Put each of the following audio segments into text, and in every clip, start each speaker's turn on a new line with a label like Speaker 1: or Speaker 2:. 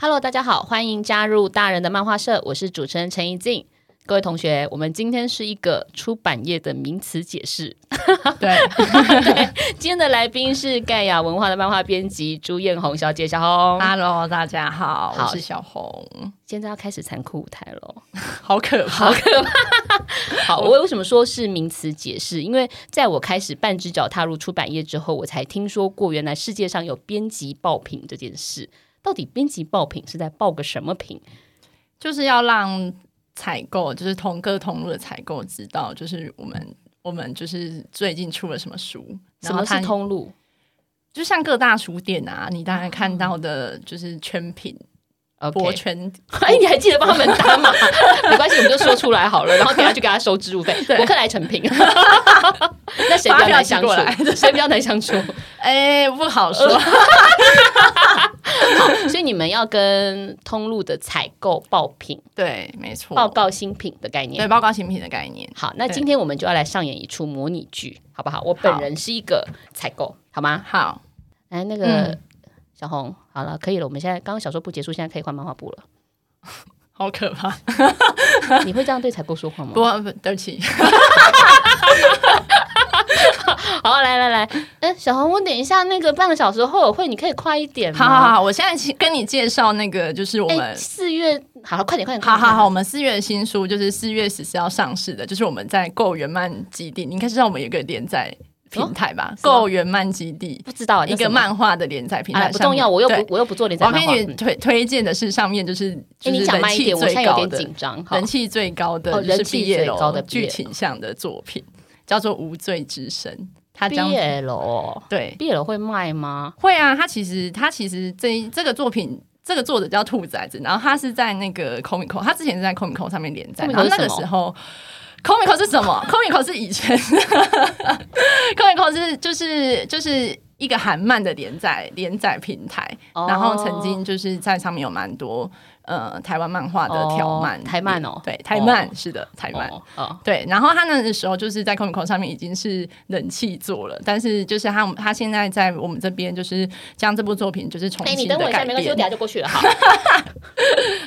Speaker 1: Hello，大家好，欢迎加入大人的漫画社，我是主持人陈怡静。各位同学，我们今天是一个出版业的名词解释，
Speaker 2: 对，
Speaker 1: 今天的来宾是盖亚文化的漫画编辑朱艳红小姐，小红。
Speaker 2: Hello，大家好，
Speaker 1: 好
Speaker 2: 我是小红，
Speaker 1: 现啊在要开始残酷舞台喽。
Speaker 2: 好可怕，
Speaker 1: 好，我为什么说是名词解释？因为在我开始半只脚踏入出版业之后，我才听说过原来世界上有编辑爆品这件事。到底编辑爆品是在爆个什么品？
Speaker 2: 就是要让采购，就是同各同路的采购知道，就是我们我们就是最近出了什么书，
Speaker 1: 什
Speaker 2: 然后
Speaker 1: 么是
Speaker 2: 他
Speaker 1: 通路？
Speaker 2: 就像各大书店啊，你大概看到的就是圈品、博
Speaker 1: 嗯 OK，
Speaker 2: 圈，
Speaker 1: 哎，你还记得帮他们打码？ 没关系，我们就说出来好了，然后等下去给他收置入费，博客来成 品。那谁比较难相
Speaker 2: 发票寄
Speaker 1: 处？谁比较难相处？
Speaker 2: 哎、不好说，
Speaker 1: 所以你们要跟通路的采购爆品、
Speaker 2: 对，没错，
Speaker 1: 报告新品的概念
Speaker 2: 哦对。报告新品的概念，
Speaker 1: 好，那
Speaker 2: 对
Speaker 1: 今天我们就要来上演一出模拟剧，好不好？我本人是一个采购，好吗？
Speaker 2: 好，
Speaker 1: 来，那个、
Speaker 2: 嗯
Speaker 1: 小红，好了，可以了。我们现在刚刚小说部结束，现在可以换漫画部 了。
Speaker 2: 好可怕，
Speaker 1: 你会这样对采购说话吗？
Speaker 2: 不，不对不起，
Speaker 1: 好，来来来，哎、小红，我等一下那个半个小时后有会，你可以快一点吗？
Speaker 2: 好好好，我现在请跟你介绍那个，就是我
Speaker 1: 嗯哎，
Speaker 2: 们
Speaker 1: 四月，好了，快点，快 点，
Speaker 2: 好
Speaker 1: 快点
Speaker 2: 好好，，我们四月的新书就是四月十四要上市的，就是我们在购原漫基地，你应该知道我们有一个连载平台吧？
Speaker 1: 哦是吗哦
Speaker 2: 购原漫基地
Speaker 1: 不知道
Speaker 2: 一个
Speaker 1: 慢，
Speaker 2: 漫画的连载平
Speaker 1: 好了，
Speaker 2: 台
Speaker 1: 哎不
Speaker 2: 上面，
Speaker 1: 重要，我又
Speaker 2: 对
Speaker 1: 不，我又不做连载
Speaker 2: 我
Speaker 1: 漫画。
Speaker 2: 给你
Speaker 1: 嗯
Speaker 2: 推推荐的是上面就是
Speaker 1: 哎，
Speaker 2: 就
Speaker 1: 你
Speaker 2: 是
Speaker 1: 讲
Speaker 2: 人
Speaker 1: 慢一
Speaker 2: 气
Speaker 1: 点，我现在
Speaker 2: 最
Speaker 1: 有
Speaker 2: 高
Speaker 1: 点
Speaker 2: 的
Speaker 1: 紧张。好
Speaker 2: 人，气最高
Speaker 1: 哦
Speaker 2: 的
Speaker 1: 人
Speaker 2: 就是
Speaker 1: 气
Speaker 2: BL
Speaker 1: 最高的 BL
Speaker 2: 剧情向的作品，叫做《无罪之神》，它
Speaker 1: 毕
Speaker 2: 将
Speaker 1: 业了，
Speaker 2: 对
Speaker 1: 毕业了会卖吗？
Speaker 2: 会啊，他其实他其实这一这个作品。这个作者叫兔崽子，然后他是在那个 Comico，他之前是在 Comico 上面连载，
Speaker 1: Comico
Speaker 2: 然后那
Speaker 1: 是
Speaker 2: 个
Speaker 1: 什么
Speaker 2: 时候 Comico 是什么 ？Comico 是以前 Comico 是就是就是一个韩漫的连载连载平台，
Speaker 1: 哦
Speaker 2: 然后曾经就是在上面有蛮多呃台湾漫画的条漫、
Speaker 1: 哦台漫哦
Speaker 2: 对台漫、
Speaker 1: 哦
Speaker 2: 是的台漫，
Speaker 1: 哦哦，
Speaker 2: 对，然后他那个时候就是在 Comic Con 上面已经是人气作了，但是就是他他现在在我们这边就是将这部作品就是重
Speaker 1: 哎、你
Speaker 2: 新
Speaker 1: 等我
Speaker 2: 的
Speaker 1: 一下，
Speaker 2: 改
Speaker 1: 没关系，我
Speaker 2: 编。
Speaker 1: 等下就过去了。好，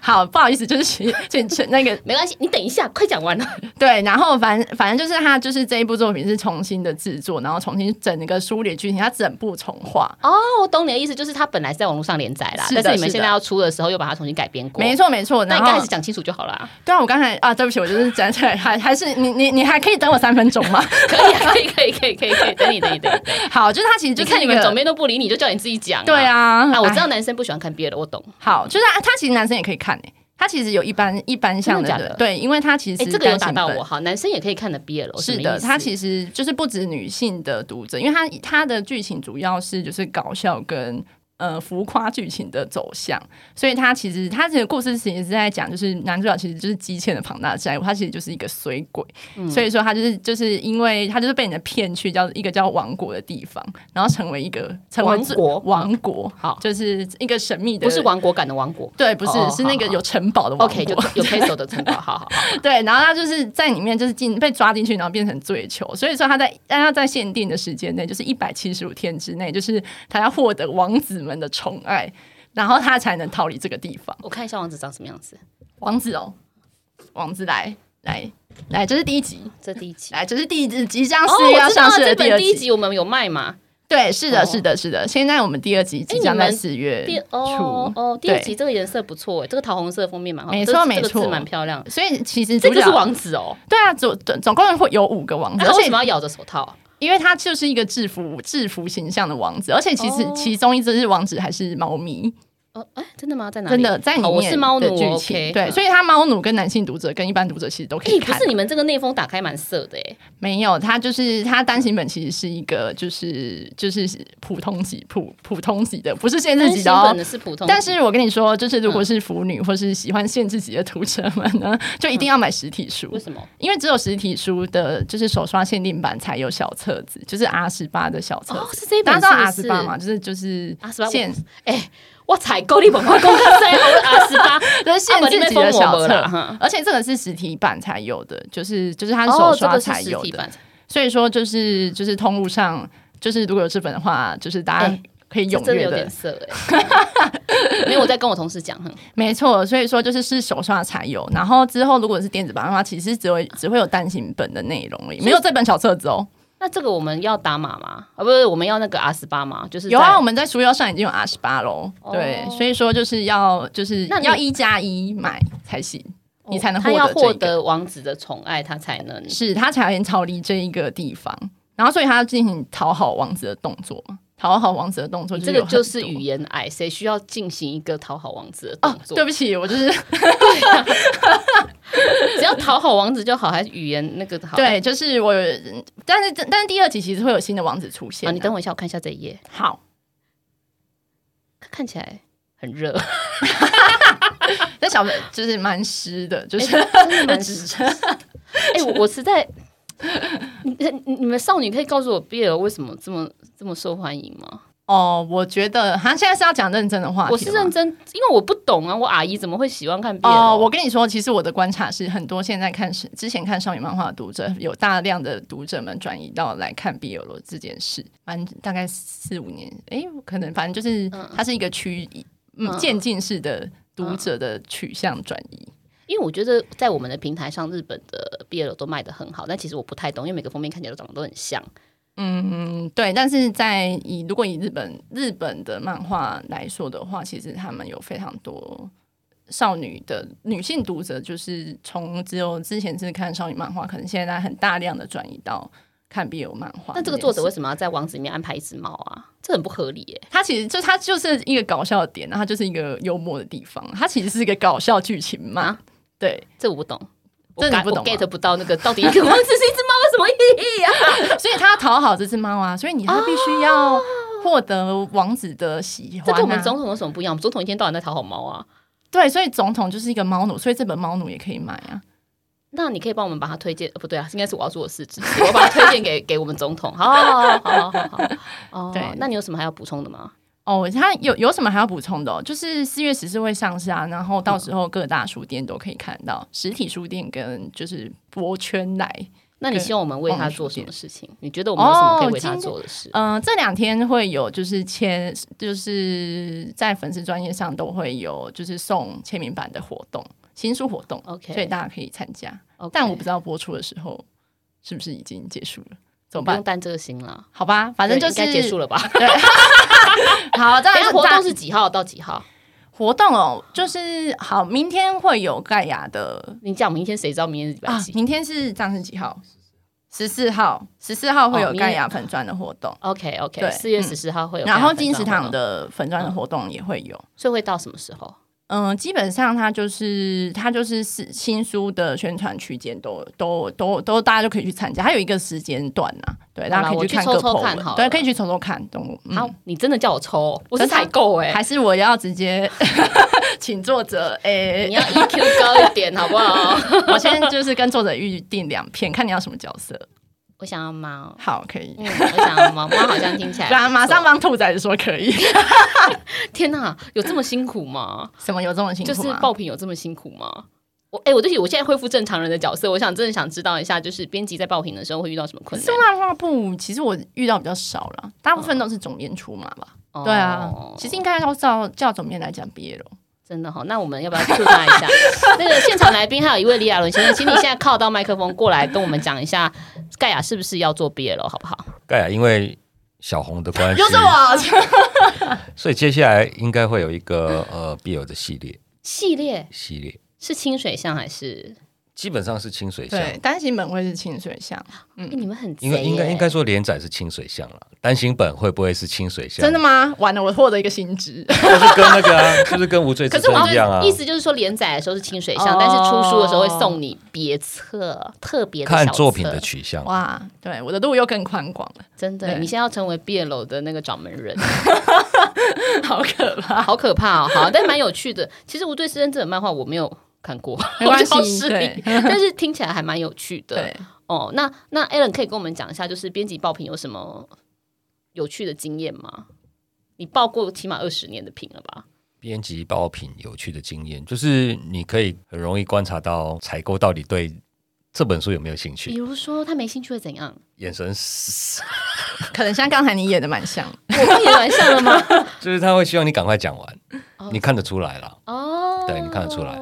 Speaker 2: 好，不好意思，就是请请请那个
Speaker 1: 没关系，你等一下，快讲完了。
Speaker 2: 对，然后反 反正就是他就是这一部作品是重新的制作，然后重新整个梳理剧情，他整部重画。
Speaker 1: 哦，我懂你的意思，就是它本来是在网络上连载啦，
Speaker 2: 是的
Speaker 1: 但是你们
Speaker 2: 是的
Speaker 1: 现在要出的时候又把它重新改编过。
Speaker 2: 没错没错，
Speaker 1: 那
Speaker 2: 然
Speaker 1: 你刚开
Speaker 2: 后
Speaker 1: 始讲清楚就好啦。
Speaker 2: 对啊，我刚才啊，对不起，我就是讲 起来还还是你你你还可以等我三分钟吗？
Speaker 1: 可以、啊，可以，可以，可以，可以，可以，等你，等你，等你。
Speaker 2: 好，就是他其实就
Speaker 1: 你
Speaker 2: 是
Speaker 1: 看你
Speaker 2: 一
Speaker 1: 们
Speaker 2: 个
Speaker 1: 总编都不理你，就叫你自己讲、
Speaker 2: 对，啊，
Speaker 1: 啊，我知
Speaker 2: 哎
Speaker 1: 道男生不喜欢看 BL，的我懂。
Speaker 2: 好，就是啊他他其实男生也可以看诶、欸他其实有一般一般向
Speaker 1: 真的假
Speaker 2: 人
Speaker 1: 的
Speaker 2: 对，因为他其实
Speaker 1: 哎、
Speaker 2: 是
Speaker 1: 这个有
Speaker 2: 单
Speaker 1: 打
Speaker 2: 行
Speaker 1: 到
Speaker 2: 本
Speaker 1: 我，好，男生也可以看的 BL，
Speaker 2: 是
Speaker 1: 什么
Speaker 2: 的，
Speaker 1: 意思
Speaker 2: 他其实就是不止女性的读者，因为他他的剧情主要是就是搞笑跟呃浮夸剧情的走向，所以他其实他这个故事其实是在讲，就是男主角其实就是积欠了庞大的债务，他其实就是一个衰鬼，
Speaker 1: 嗯
Speaker 2: 所以说他就是就是因为他就是被人家骗去叫一个叫王国的地方，然后成为一个成为
Speaker 1: 王
Speaker 2: 最
Speaker 1: 国
Speaker 2: 王国，
Speaker 1: 好
Speaker 2: 就是一个神秘的，
Speaker 1: 不是王国感的王国。
Speaker 2: 对，不是，
Speaker 1: 哦
Speaker 2: 是那个
Speaker 1: 好
Speaker 2: 有城堡的王国。
Speaker 1: OK，就有 peso 的城堡，好好好，
Speaker 2: 对，然后他就是在里面就是进被抓进去，然后变成罪囚，所以说他在但他在限定的时间内，就是一百七十五天之内，就是他要获得王子们的宠爱，然后他才能逃离这个地方。
Speaker 1: 我看一下王子长什么样子。
Speaker 2: 王子哦，王子来来来，这是第一集，
Speaker 1: 这第一集，
Speaker 2: 来这是第一集，即将
Speaker 1: 哦，
Speaker 2: 哎是
Speaker 1: 我
Speaker 2: 要
Speaker 1: 知道
Speaker 2: 上市
Speaker 1: 这
Speaker 2: 的第
Speaker 1: 本
Speaker 2: 二
Speaker 1: 第一集我们有卖嘛？
Speaker 2: 对，是
Speaker 1: 哦
Speaker 2: 的，是的，是的。现在我们第二集即将
Speaker 1: 哎
Speaker 2: 在
Speaker 1: 你们
Speaker 2: 四月
Speaker 1: 第哦
Speaker 2: 初，
Speaker 1: 哦，第二
Speaker 2: 对
Speaker 1: 集这个颜色不错哎，这个桃红色封面蛮好，
Speaker 2: 没
Speaker 1: 这
Speaker 2: 错
Speaker 1: 这
Speaker 2: 没
Speaker 1: 个字
Speaker 2: 错
Speaker 1: 蛮漂亮的。
Speaker 2: 所以其实
Speaker 1: 这
Speaker 2: 主
Speaker 1: 就
Speaker 2: 角
Speaker 1: 是王子哦，
Speaker 2: 对啊，总总总共会有五个王
Speaker 1: 那
Speaker 2: 子，
Speaker 1: 他
Speaker 2: 而
Speaker 1: 啊为
Speaker 2: 且
Speaker 1: 什么要咬着手套啊？
Speaker 2: 因为他就是一个制服制服形象的王子，而且其实
Speaker 1: 哦
Speaker 2: 其中一只是王子还是猫咪，
Speaker 1: 哦，哎，真的吗？在哪里？
Speaker 2: 真的在里
Speaker 1: 哦
Speaker 2: 面
Speaker 1: 我是猫奴
Speaker 2: 的剧情，
Speaker 1: ，OK，
Speaker 2: 对，
Speaker 1: 嗯
Speaker 2: 所以他猫奴跟男性读者跟一般读者其实都可
Speaker 1: 哎、
Speaker 2: 以
Speaker 1: 不
Speaker 2: 看。
Speaker 1: 是你们这个内封打开蛮色的哎，
Speaker 2: 没有，他就是他单行本其实是一个就是就是普通级普普通级的，不是限制级的
Speaker 1: 单行
Speaker 2: 哦
Speaker 1: 本。的嗯是普通，
Speaker 2: 但是我跟你说，就是如果是腐女或是喜欢限制级的读者们呢，就一
Speaker 1: 嗯
Speaker 2: 定要买实体书
Speaker 1: 为，什么？
Speaker 2: 因为只有实体书的，就是手刷限定版才有小册子，就是 R 十八的小册
Speaker 1: 哦，
Speaker 2: 子。
Speaker 1: 是这一
Speaker 2: 大
Speaker 1: 本
Speaker 2: 家
Speaker 1: 是
Speaker 2: 知道 R
Speaker 1: 不
Speaker 2: 十
Speaker 1: 是
Speaker 2: 八嘛？？就是就是
Speaker 1: 阿斯巴，
Speaker 2: 限
Speaker 1: 我采购你本化公开在我阿斯巴，
Speaker 2: 就是限制级的小
Speaker 1: 啊不然你被封魔了
Speaker 2: 册
Speaker 1: 哈，
Speaker 2: 而且这个是实体版才有的，就是就是它是手
Speaker 1: 哦，这
Speaker 2: 刷
Speaker 1: 个是
Speaker 2: 才
Speaker 1: 实
Speaker 2: 有
Speaker 1: 体
Speaker 2: 的，
Speaker 1: 版，
Speaker 2: 所以说就是就是通路上，就是如果有这本的话，就是大家
Speaker 1: 哎
Speaker 2: 可以
Speaker 1: 这
Speaker 2: 踊
Speaker 1: 真的
Speaker 2: 跃
Speaker 1: 有
Speaker 2: 的，
Speaker 1: 点色哎、 没有，我在跟我同事讲，哼，
Speaker 2: 没错。所以说就是是手刷才有，然后之后如果是电子版的话，其实只会只会有单行本的内容而已，没有这本小册子哦。
Speaker 1: 那这个我们要打码吗？啊，不是，我们要那个阿斯巴吗？就是
Speaker 2: 有啊，
Speaker 1: 在
Speaker 2: 我们在书腰上已经有 R 十八喽，
Speaker 1: 哦
Speaker 2: 对，所以说就是要就是
Speaker 1: 那你哦
Speaker 2: 要一加一买才行，你才能
Speaker 1: 他要
Speaker 2: 获
Speaker 1: 获
Speaker 2: 得这个
Speaker 1: 得王子的宠爱，他才能
Speaker 2: 是他才能逃离这一个地方，然后所以他要进行讨好王子的动作嘛，讨好王子的动作
Speaker 1: 这个
Speaker 2: 有很
Speaker 1: 就是
Speaker 2: 多
Speaker 1: 语言癌，谁需要进行一个讨好王子的动
Speaker 2: 哦，
Speaker 1: 作？
Speaker 2: 对不起，我就是
Speaker 1: 只要讨好王子就好，还是语言那个好？
Speaker 2: 对，就是我有，但是但是第二集其实会有新的王子出现、
Speaker 1: 啊，你等我一下，我看一下这一页，
Speaker 2: 好，
Speaker 1: 看起来很热，
Speaker 2: 但小就是蛮湿 的，就是
Speaker 1: 哎真的蛮直接。哎，我我实在， 你你你们少女可以告诉我 BL 为什么这么这么受欢迎吗？
Speaker 2: 哦，我觉得他现在是要讲认真的话题了吗，
Speaker 1: 我是认真，因为我不懂啊，我阿姨怎么会喜欢看 BL？
Speaker 2: 哦，我跟你说，其实我的观察是，很多现在看是之前看少女漫画的读者，有大量的读者们转移到来看 BL 罗这件事，蛮大概四五年，诶，可能反正就是它是一个趋，嗯，
Speaker 1: 嗯
Speaker 2: 渐进式的读者的取向转移。
Speaker 1: 因为我觉得在我们的平台上，日本的 BL 都卖的很好，但其实我不太懂，因为每个封面看起来都长得都很像。
Speaker 2: 哦嗯，对，但是在以如果以日本日本的漫画来说的话，其实他们有非常多少女的女性读者，就是从只有之前是看少女漫画，可能现在很大量的转移到看 BL 漫画。
Speaker 1: 那这个作者为什么要在王子里面安排一只猫啊？这很不合理耶、
Speaker 2: 他其实就他就是一个搞笑的点，然后他就是一个幽默的地方，他其实是一个搞笑剧情嘛。
Speaker 1: 啊
Speaker 2: 对，
Speaker 1: 这我不懂，我
Speaker 2: 这你
Speaker 1: get-
Speaker 2: 不懂啊
Speaker 1: 我
Speaker 2: 吗
Speaker 1: get 不到那个到底一个 王子是一只猫有什么意义啊？
Speaker 2: 所以他要讨好这只猫啊，所以你他必须要获得王子的喜
Speaker 1: 哦这
Speaker 2: 欢、啊。
Speaker 1: 跟我们总统有什么不一样？我们总统一天到晚在讨好猫啊。
Speaker 2: 对，所以总统就是一个猫奴，所以这本猫奴也可以买啊。
Speaker 1: 那你可以帮我们把它推荐？呃不对啊，应该是我要做的事情，我要把它推荐给 给我们总统。好好好好好好好。哦，
Speaker 2: 对
Speaker 1: 那你有什么还要补充的吗？
Speaker 2: 哦，他有有什么还要补充的哦、就是四月十四会上市啊，然后到时候各大书店都可以看到，实体书店跟就是博圈来。
Speaker 1: 那你
Speaker 2: 对
Speaker 1: 希望我们为他
Speaker 2: 忘了
Speaker 1: 做
Speaker 2: 说
Speaker 1: 什么事情？你觉得我们有什么可以为他
Speaker 2: 哦今
Speaker 1: 做的事？
Speaker 2: 嗯、这两天会有就是签，就是在粉丝专业上都会有就是送签名版的活动，新书活动
Speaker 1: OK
Speaker 2: 所以大家可以参加。
Speaker 1: OK
Speaker 2: 但我不知道播出的时候是不是已经结束了，怎么
Speaker 1: 不
Speaker 2: 办
Speaker 1: 用？担这个心啦，
Speaker 2: 好吧，反正就是
Speaker 1: 对应该结束了吧？
Speaker 2: 好，当
Speaker 1: 等一
Speaker 2: 然
Speaker 1: 下
Speaker 2: 是
Speaker 1: 活
Speaker 2: 大
Speaker 1: 动是几号到几号？
Speaker 2: 活动哦，就是好，明天会有盖亚的
Speaker 1: 你讲明天谁知道明天是几百
Speaker 2: 啊，
Speaker 1: 集
Speaker 2: 明天是这样是几号？十四号，十四号会
Speaker 1: 哦
Speaker 2: 有
Speaker 1: 明天
Speaker 2: 盖亚粉砖的活动，
Speaker 1: ？OK OK，
Speaker 2: 对
Speaker 1: 四月
Speaker 2: 嗯
Speaker 1: 十四号哦会有大
Speaker 2: 然
Speaker 1: 家
Speaker 2: 后
Speaker 1: 分
Speaker 2: 金
Speaker 1: 享活
Speaker 2: 石堂
Speaker 1: 动，
Speaker 2: 的粉砖的活动也会有。
Speaker 1: 所以会到什么时候？
Speaker 2: 嗯，基本上它就是它就是是新书的宣传区间都都都都大家就可以去参加，它有一个时间段呐、对，
Speaker 1: 好啦
Speaker 2: 大家可以看
Speaker 1: 我
Speaker 2: 各
Speaker 1: 去抽抽
Speaker 2: po
Speaker 1: 看
Speaker 2: 文
Speaker 1: 好了
Speaker 2: 对，可以去抽抽看，懂？嗯
Speaker 1: 好，你真的叫我抽哦，我是
Speaker 2: 可是他
Speaker 1: 采购哎，
Speaker 2: 还是我要直接 请作者诶、
Speaker 1: 你要 EQ 高一点好不好？
Speaker 2: 我先就是跟作者预定两片，看你要什么角色。
Speaker 1: 我想要猫，
Speaker 2: 好，可以。
Speaker 1: 嗯，我想要猫，猫好像听起来
Speaker 2: 对啊，
Speaker 1: 不错
Speaker 2: 马上！帮兔崽子说可以。
Speaker 1: 天哪，有这么辛苦吗？
Speaker 2: 什么有这么辛苦
Speaker 1: 就
Speaker 2: 吗？
Speaker 1: 是爆品有这么辛苦吗？我哎、我对不起，我现在恢复正常人的角色，我想真的想知道一下，就是编辑在爆品的时候会遇到什么困
Speaker 2: 是
Speaker 1: 难？
Speaker 2: 漫画部，其实我遇到比较少了，大部分都是总编出马吧。
Speaker 1: 哦
Speaker 2: 对啊，其实应该要照叫总编来讲毕业了。
Speaker 1: 真的哈、那我们要不要触发一下？ 那个现场来宾还有一位李亚伦先生，请你现在靠到麦克风过来，跟我们讲一下盖亚是不是要做 BL 好不好？
Speaker 3: 盖亚因为小红的关系，
Speaker 2: 我，
Speaker 3: 所以接下来应该会有一个呃 BL 的系列
Speaker 1: 系列
Speaker 3: 系列。
Speaker 1: 是清水像还是
Speaker 3: 基本上是清水 向，
Speaker 2: 对，单行本会是清水巷，
Speaker 1: 哎你们很
Speaker 3: 嗯应该
Speaker 1: 贼
Speaker 3: 应该
Speaker 1: 耶
Speaker 3: 应该说连载是清水向了，单行本会不会是清水向？
Speaker 2: 真的吗？完了，我获得一个新知。
Speaker 3: 就是跟那个啊，就是跟无罪之
Speaker 1: 可是我
Speaker 3: 争一
Speaker 1: 觉
Speaker 3: 样啊哦
Speaker 1: 得。意思就是说，连载的时候是清水
Speaker 2: 哦
Speaker 1: 像，但是出书的时候会送你别册，特别的小
Speaker 3: 看
Speaker 1: 册
Speaker 3: 作品的取向，
Speaker 2: 哇，对，我的路又更宽广了，
Speaker 1: 真的，
Speaker 2: 对
Speaker 1: 你现在要成为毕业楼的那个掌门人，
Speaker 2: 好可怕。
Speaker 1: 好可怕哦！好，但蛮有趣的。 其实《无罪之争》这本漫画我没有看过，
Speaker 2: 没关
Speaker 1: 我
Speaker 2: 系，
Speaker 1: 知道是你
Speaker 2: 对
Speaker 1: 但是听起来还蛮有趣的
Speaker 2: 对。
Speaker 1: 哦。那那 Alan 可以跟我们讲一下，就是编辑爆品有什么有趣的经验吗？你爆过起码二十年的品了吧？
Speaker 3: 编辑包品有趣的经验，就是你可以很容易观察到采购到底对这本书有没有兴
Speaker 1: 比
Speaker 3: 趣，
Speaker 1: 如说他没兴趣会怎样？
Speaker 3: 眼神死
Speaker 2: 可能像刚才你演的蛮像，
Speaker 1: 我跟你玩笑了吗？
Speaker 3: 就是他会希望你赶快讲完
Speaker 1: 哦，
Speaker 3: 你看得出来啦。
Speaker 1: 哦，
Speaker 3: 对你看得出来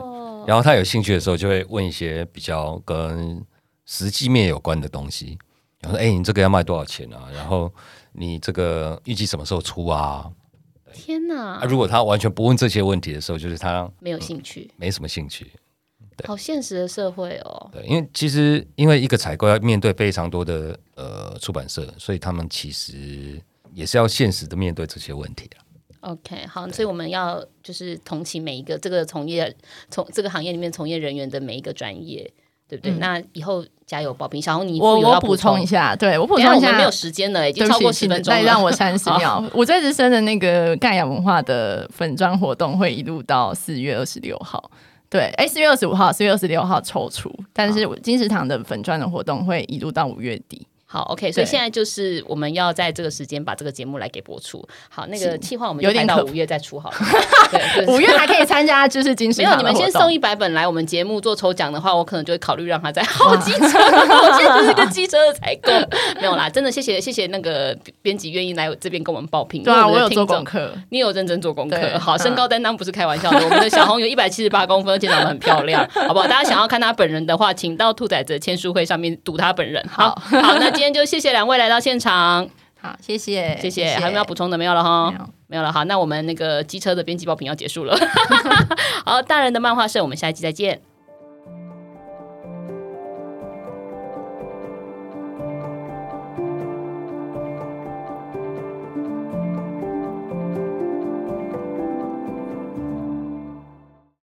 Speaker 3: 然后他有兴趣的时候，就会问一些比较跟实际面有关的东西，然后说：“哎、你这个要卖多少钱啊？然后你这个预计什么时候出啊？”
Speaker 1: 天哪
Speaker 3: 啊，，如果他完全不问这些问题的时候，就是他
Speaker 1: 没有兴趣，
Speaker 3: 没什么兴趣。
Speaker 1: 好现实的社会哦。
Speaker 3: 对，因为其实因为一个采购要面对非常多的呃出版社，所以他们其实也是要现实的面对这些问题啊。
Speaker 1: OK，好，所以我们要就是同情每一个这个从业从这个行业里面从业人员的每一个专业，对不对？那以后加油，宝平，小红你
Speaker 2: 嗯我
Speaker 1: 副有
Speaker 2: 我
Speaker 1: 要
Speaker 2: 补充一
Speaker 1: 下，
Speaker 2: 下，对我补
Speaker 1: 等一下
Speaker 2: 充一
Speaker 1: 我们
Speaker 2: 下
Speaker 1: 没有，时间了，已经
Speaker 2: 对不
Speaker 1: 超
Speaker 2: 起
Speaker 1: 过十分钟了，
Speaker 2: 请再让我三十 秒。我在日升的那个盖亚文化的粉砖活动会一路到四月二十六号。对，哎，四月二十五号、四月二十六号抽出，但是我金石堂的粉砖的活动会一路到五月底。
Speaker 1: 好，OK，所以
Speaker 2: 对
Speaker 1: 现在就是我们要在这个时间把这个节目来给播出。好，那个
Speaker 2: 是
Speaker 1: 计划我们
Speaker 2: 有
Speaker 1: 就排
Speaker 2: 点
Speaker 1: 到
Speaker 2: 可
Speaker 1: 五月再出 好了。对就是
Speaker 2: 五月还可以参加，就是金 石
Speaker 1: 没有，
Speaker 2: 堂
Speaker 1: 你
Speaker 2: 的
Speaker 1: 们先
Speaker 2: 活动
Speaker 1: 送一百本来我们节目做抽奖的话，我可能就会考虑让他在好机车，我现在就是个机车的采购。没有啦，真的谢谢谢谢那个编辑愿意来这边跟我们报评，
Speaker 2: 对啊，
Speaker 1: 因为
Speaker 2: 我
Speaker 1: 们的听
Speaker 2: 有做
Speaker 1: 众
Speaker 2: 功课，
Speaker 1: 你有认真做功
Speaker 2: 对
Speaker 1: 课，好，
Speaker 2: 嗯
Speaker 1: 身高担当不是开玩笑的。我们的小红有一百七十八公分，而且长得很漂亮， 好不好？大家想要看她本人的话，请到兔崽子的签书会上面读她本人。好，好，那今天就谢谢两位来到现 场，
Speaker 2: 好，谢谢，
Speaker 1: 谢谢。还有没有要补充的？哦没有了哈
Speaker 2: 没有，
Speaker 1: 没有了。 好，那我们那个机车的编辑报评要结束了。好，大人的漫画社，我们下一集再见。